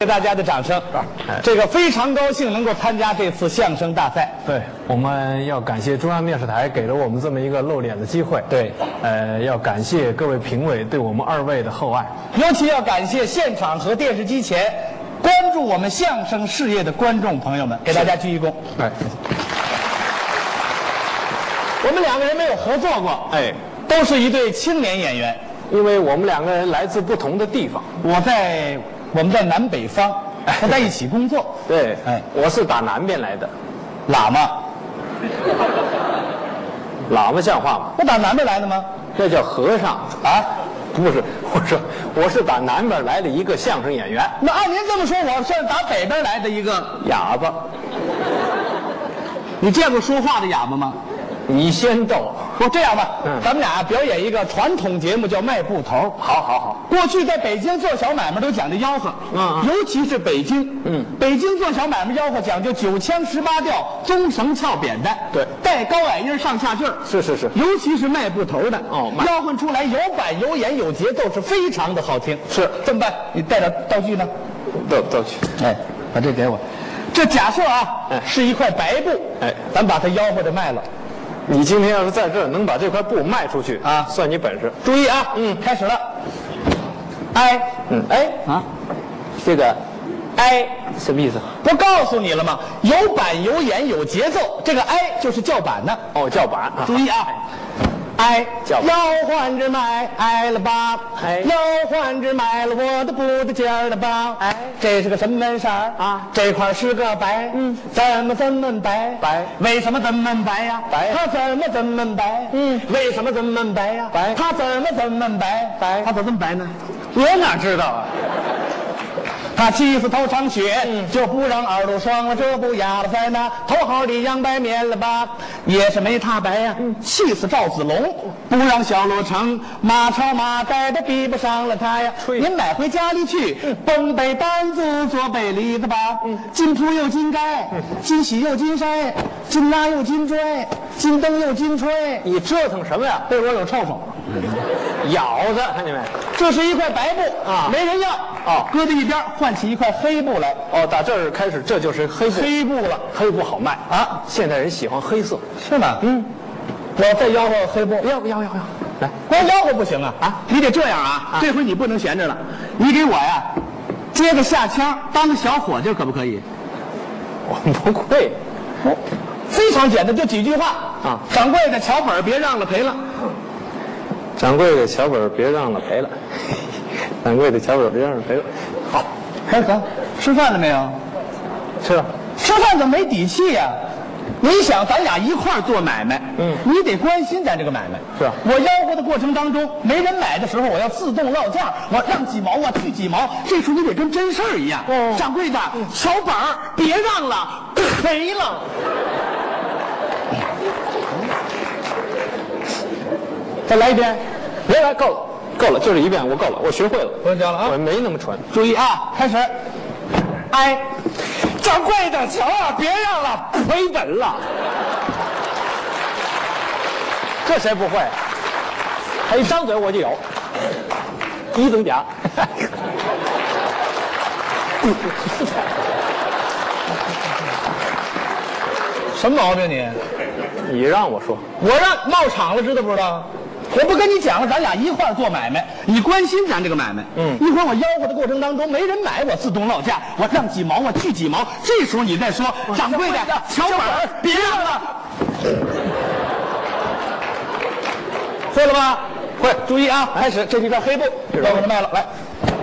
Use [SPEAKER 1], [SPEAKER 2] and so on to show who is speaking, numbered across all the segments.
[SPEAKER 1] 谢大家的掌声。这个非常高兴能够参加这次相声大赛。
[SPEAKER 2] 对，我们要感谢中央电视台给了我们这么一个露脸的机会。
[SPEAKER 1] 对，
[SPEAKER 2] 呃，要感谢各位评委对我们二位的厚爱。
[SPEAKER 1] 尤其要感谢现场和电视机前关注我们相声事业的观众朋友们，给大家鞠一躬。
[SPEAKER 2] 哎，
[SPEAKER 1] 我们两个人没有合作过，
[SPEAKER 2] 哎，
[SPEAKER 1] 都是一对青年演员。
[SPEAKER 2] 因为我们两个人来自不同的地方。
[SPEAKER 1] 我在我们在南北方，他在一起工作。
[SPEAKER 2] 对，
[SPEAKER 1] 哎
[SPEAKER 2] 我是打南边来的，
[SPEAKER 1] 喇嘛，
[SPEAKER 2] 喇嘛像话吗？
[SPEAKER 1] 我打南边来的吗？
[SPEAKER 2] 那叫和尚。
[SPEAKER 1] 啊，
[SPEAKER 2] 不是， 我说我是打南边来的一个相声演员，
[SPEAKER 1] 那按您这么说，我算打北边来的一个。
[SPEAKER 2] 哑巴。
[SPEAKER 1] 你见过说话的哑巴吗？
[SPEAKER 2] 你先逗，
[SPEAKER 1] 我这样吧，
[SPEAKER 2] 嗯
[SPEAKER 1] 咱们俩表演一个传统节目，叫卖布头。
[SPEAKER 2] 好好好，
[SPEAKER 1] 过去在北京做小买卖都讲究吆喝，
[SPEAKER 2] 嗯嗯
[SPEAKER 1] 尤其是北京，
[SPEAKER 2] 嗯
[SPEAKER 1] 北京做小买卖吆喝讲究九腔十八调、棕绳翘扁担，
[SPEAKER 2] 对
[SPEAKER 1] 带高矮音上下句儿，
[SPEAKER 2] 是是是
[SPEAKER 1] 尤其是卖布头的，
[SPEAKER 2] 哦卖
[SPEAKER 1] 吆喝出来有板有眼有节奏，是非常的好听。
[SPEAKER 2] 是
[SPEAKER 1] 这么办，你带点道具呢？
[SPEAKER 2] 逗逗去。
[SPEAKER 1] 哎，把这给我。这假设啊，
[SPEAKER 2] 哎
[SPEAKER 1] 是一块白布，
[SPEAKER 2] 哎
[SPEAKER 1] 咱把它吆喝着卖了。
[SPEAKER 2] 你今天要是在这儿能把这块布卖出去
[SPEAKER 1] 啊
[SPEAKER 2] 算你本事。
[SPEAKER 1] 注意啊，
[SPEAKER 2] 嗯
[SPEAKER 1] 开始了。哎，
[SPEAKER 2] 嗯，哎，
[SPEAKER 1] 啊，
[SPEAKER 2] 这个，哎，什么意思？
[SPEAKER 1] 不告诉你了吗？有板有眼有节奏，这个哎就是叫板呢。
[SPEAKER 2] 哦，叫板啊
[SPEAKER 1] 注意啊，哎，
[SPEAKER 2] 叫板
[SPEAKER 1] 要换着买，哎了吧，
[SPEAKER 2] 哎
[SPEAKER 1] 要换着买了我的布的尖儿了吧，
[SPEAKER 2] 哎
[SPEAKER 1] 这是个什么色儿
[SPEAKER 2] 啊
[SPEAKER 1] 这块儿是个白，
[SPEAKER 2] 嗯，
[SPEAKER 1] 怎么怎么白？
[SPEAKER 2] 白
[SPEAKER 1] 为什么怎么白呀？
[SPEAKER 2] 白
[SPEAKER 1] 它怎么怎么白？
[SPEAKER 2] 嗯，
[SPEAKER 1] 为什么怎么白呀？
[SPEAKER 2] 白
[SPEAKER 1] 它怎么怎么白？
[SPEAKER 2] 白
[SPEAKER 1] 它怎么这么白呢？
[SPEAKER 2] 我哪知道啊？
[SPEAKER 1] 他欺负头场雪，
[SPEAKER 2] 嗯
[SPEAKER 1] 就不让耳朵霜了，这不哑了腮呢，头好里杨白棉了吧，也是没他白呀、
[SPEAKER 2] 嗯
[SPEAKER 1] 气死赵子龙，不让小罗成马超马呆的比不上了他呀。
[SPEAKER 2] 吹嗯
[SPEAKER 1] 您买回家里去，崩背单子做背梨子吧，金铺又金盖，
[SPEAKER 2] 嗯
[SPEAKER 1] 金喜又金筛，金拉又金拽，金灯又金吹，
[SPEAKER 2] 你折腾什么呀？
[SPEAKER 1] 被窝有臭臭。
[SPEAKER 2] 咬的，看见没？
[SPEAKER 1] 这是一块白布
[SPEAKER 2] 啊
[SPEAKER 1] 没人要
[SPEAKER 2] 哦
[SPEAKER 1] 搁在一边，换起一块黑布来，
[SPEAKER 2] 哦，打这儿开始，这就是黑布。
[SPEAKER 1] 黑布了。
[SPEAKER 2] 黑布好卖
[SPEAKER 1] 啊！
[SPEAKER 2] 现在人喜欢黑色。
[SPEAKER 1] 是吗？嗯，我再吆喝黑布，
[SPEAKER 2] 要要要要，来，
[SPEAKER 1] 光吆喝不行啊
[SPEAKER 2] 啊！
[SPEAKER 1] 你得这样啊，这回你不能闲着了，你给我呀接个下腔，当个小伙计可不可以？
[SPEAKER 2] 我们不会。
[SPEAKER 1] 非常简单，就几句话
[SPEAKER 2] 啊
[SPEAKER 1] 掌柜的，桥本儿别让了赔了。
[SPEAKER 2] 掌柜的小本儿别让了赔了， 掌柜的小本儿别让了赔了。好，
[SPEAKER 1] 还可吃饭了没有？
[SPEAKER 2] 吃了。
[SPEAKER 1] 吃饭怎么没底气呀、你想，咱俩一块儿做买卖，
[SPEAKER 2] 嗯
[SPEAKER 1] 你得关心咱这个买卖。
[SPEAKER 2] 是啊
[SPEAKER 1] 我吆喝的过程当中，没人买的时候，我要自动落价，我让几毛啊，去几毛。这时候你得跟真事儿一样。
[SPEAKER 2] 哦
[SPEAKER 1] 掌柜的，小本儿别让了，赔了。
[SPEAKER 2] 嗯
[SPEAKER 1] 再来一遍，
[SPEAKER 2] 哎别来，够了，够了，就是一遍，我够了，我学会了，
[SPEAKER 1] 不用教了啊
[SPEAKER 2] 我没那么蠢。
[SPEAKER 1] 注意啊，开始。哎，掌柜的，瞧啊，别让了，
[SPEAKER 2] 赔本了， 这谁不会？他一张嘴我就有，一 等奖。
[SPEAKER 1] 什么毛病你？
[SPEAKER 2] 你让我说，
[SPEAKER 1] 我让冒场了，知道不知道？我不跟你讲了，咱俩一块儿做买卖，你关心咱这个买卖。
[SPEAKER 2] 嗯
[SPEAKER 1] 一会儿我吆喝的过程当中，没人买，我自动落价，我让几毛，我去几毛。这时候你再说，掌柜的，小本儿，别让了。会了吧？会，注意啊！开始，这是一块黑布，
[SPEAKER 2] 是吧
[SPEAKER 1] 要给它卖了，来。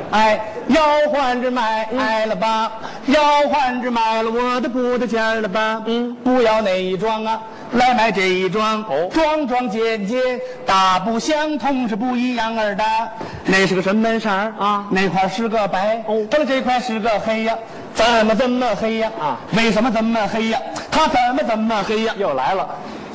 [SPEAKER 1] 哎，要换着买，
[SPEAKER 2] 嗯
[SPEAKER 1] 哎了吧，要换着买了我的布的钱儿了吧，嗯，不要那一桩啊，来买这一桩，
[SPEAKER 2] 哦
[SPEAKER 1] 桩桩件件大不相同，是不一样儿的。那是个什么色儿
[SPEAKER 2] 啊
[SPEAKER 1] 那块儿是个白，
[SPEAKER 2] 哦
[SPEAKER 1] 它的这块儿是个黑呀，怎么这么黑呀？
[SPEAKER 2] 啊
[SPEAKER 1] 为什么这么黑呀？它怎么这么黑呀？
[SPEAKER 2] 又来了，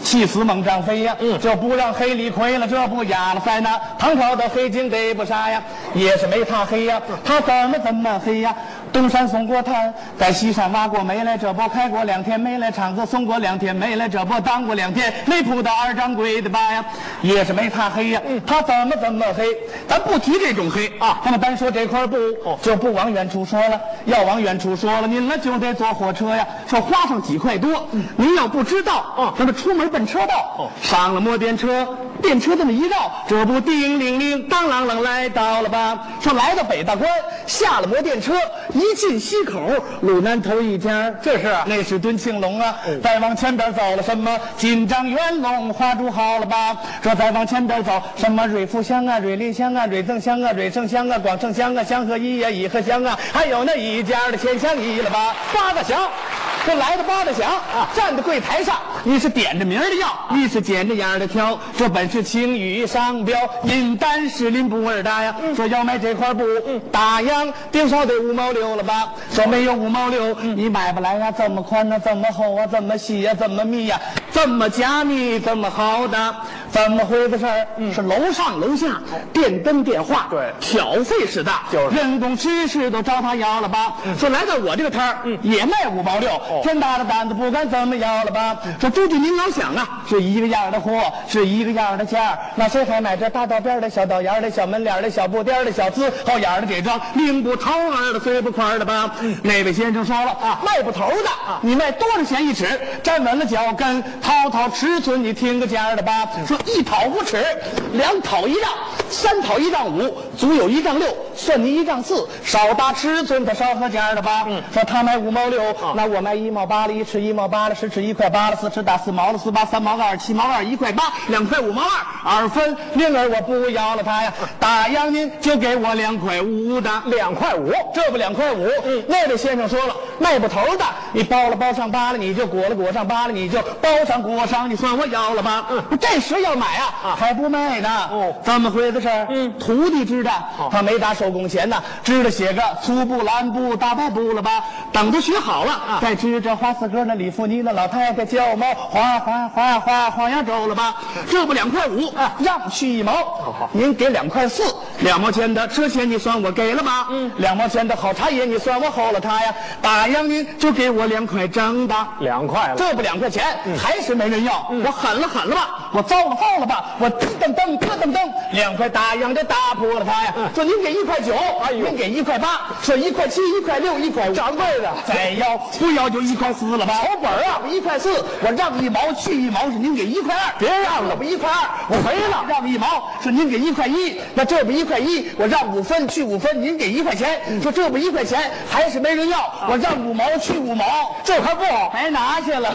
[SPEAKER 1] 气死猛张飞呀！
[SPEAKER 2] 嗯
[SPEAKER 1] 这不让黑李逵了，这不哑了腮呢。唐朝的黑金给不杀呀，也是没他黑呀，他怎么怎么黑呀？东山送过炭，在西山挖过煤来，这不开过两天煤来，厂子送过两天煤来，这不当过两天煤铺的二掌柜的吧呀，也是没他黑呀，他怎么怎么黑，咱不提这种黑啊，那么单说这块布就不往远处说了，要往远处说了，您呢就得坐火车呀，说花上几块多，您要不知道啊，咱们出门奔车道，上了摩电车。电车这么一绕，这不叮铃铃、当啷啷来到了吧？说来到北大关，下了摩电车，一进西口，鲁南头一家，这是啊那是敦庆龙啊。再往前边走了，什么锦张元龙花烛好了吧？说再往前边走，什么蕊福香啊、蕊林香啊、蕊正香啊、蕊盛香啊、广盛香啊、香和一呀、乙和香啊，还有那一家的钱香一了吧？八大祥。这来的八大响啊，站在柜台上，你是点着名儿的要，你是捡着眼儿的挑。这本是青雨商标，引单是林布尔大呀。说要买这块布，打样顶少得五毛六了吧？说没有五毛六，你买不来呀。这么宽呐、这么厚啊，这么细呀、这么密呀、这么加密，这么好的，怎么回的事儿？是楼上楼下电灯电话，
[SPEAKER 2] 对
[SPEAKER 1] 挑费是大，
[SPEAKER 2] 就是嗯
[SPEAKER 1] 人工吃食都找他要了吧？说来到我这个摊儿，也卖五毛六，
[SPEAKER 2] 哦
[SPEAKER 1] 天大的胆子不敢怎么要了吧？说朱记您老想啊，是一个样儿的货，是一个样儿的价儿，那谁还买这大道边儿的小道沿儿的小门脸儿的小布颠儿的小字后眼儿的这张拧不头儿的碎不块儿的吧？
[SPEAKER 2] 嗯
[SPEAKER 1] 那位先生说了啊，卖布头的，你卖多少钱一尺？站稳了脚跟，掏掏尺寸，你听个价儿的吧？
[SPEAKER 2] 嗯
[SPEAKER 1] 说一讨五尺，两讨一丈，三讨一丈五，足有一丈六，算你一丈四，少搭尺寸，他少合价儿的吧？说他卖五毛六，那我卖一毛八了，一尺一毛八了，十尺一块八了，四尺打四毛了，四八三毛二，七毛二一块八，两块五毛二，二分。另儿我不要了他呀，打烊您就给我两块五的，啊两块五，嗯这不两块五？那位先生说了，卖布头的，你包了包上扒了，你就裹了裹上扒了，你就包上裹上，你算我要了吧？这时要买啊，还不卖呢。
[SPEAKER 2] 哦
[SPEAKER 1] 怎么回事儿？嗯，徒弟知道，他没打手工钱呢，知道写个粗布、蓝布、大白布了吧？等他学好了，再织这花四哥那李富妮那老太太叫猫，哗哗哗哗晃呀走了吧？这不两块五，让去一毛，您给两块四，两毛钱的车钱你算我给了吧？嗯，两毛钱的好茶叶你算我齁了他呀，打烊您就给我两块整的。
[SPEAKER 2] 两块了，
[SPEAKER 1] 这不两块钱，还是没人要。我狠了狠了吧，我糟了糟了吧，我噔噔噔咯噔噔，两块大洋就打破了它呀。说您给一块九，您给一块八，说一块七、一块六、一块五，哎掌柜的再要不要就一块四了吧？好本啊，一块四，我让一毛去一毛是您给一块二，别让了，我一块二，我赔了，让一毛说您给一块一，那这不一块一，我让五分去五分，您给一块钱，说这不一块钱还啊是没人要，我让五毛去五毛，这块布白拿去了。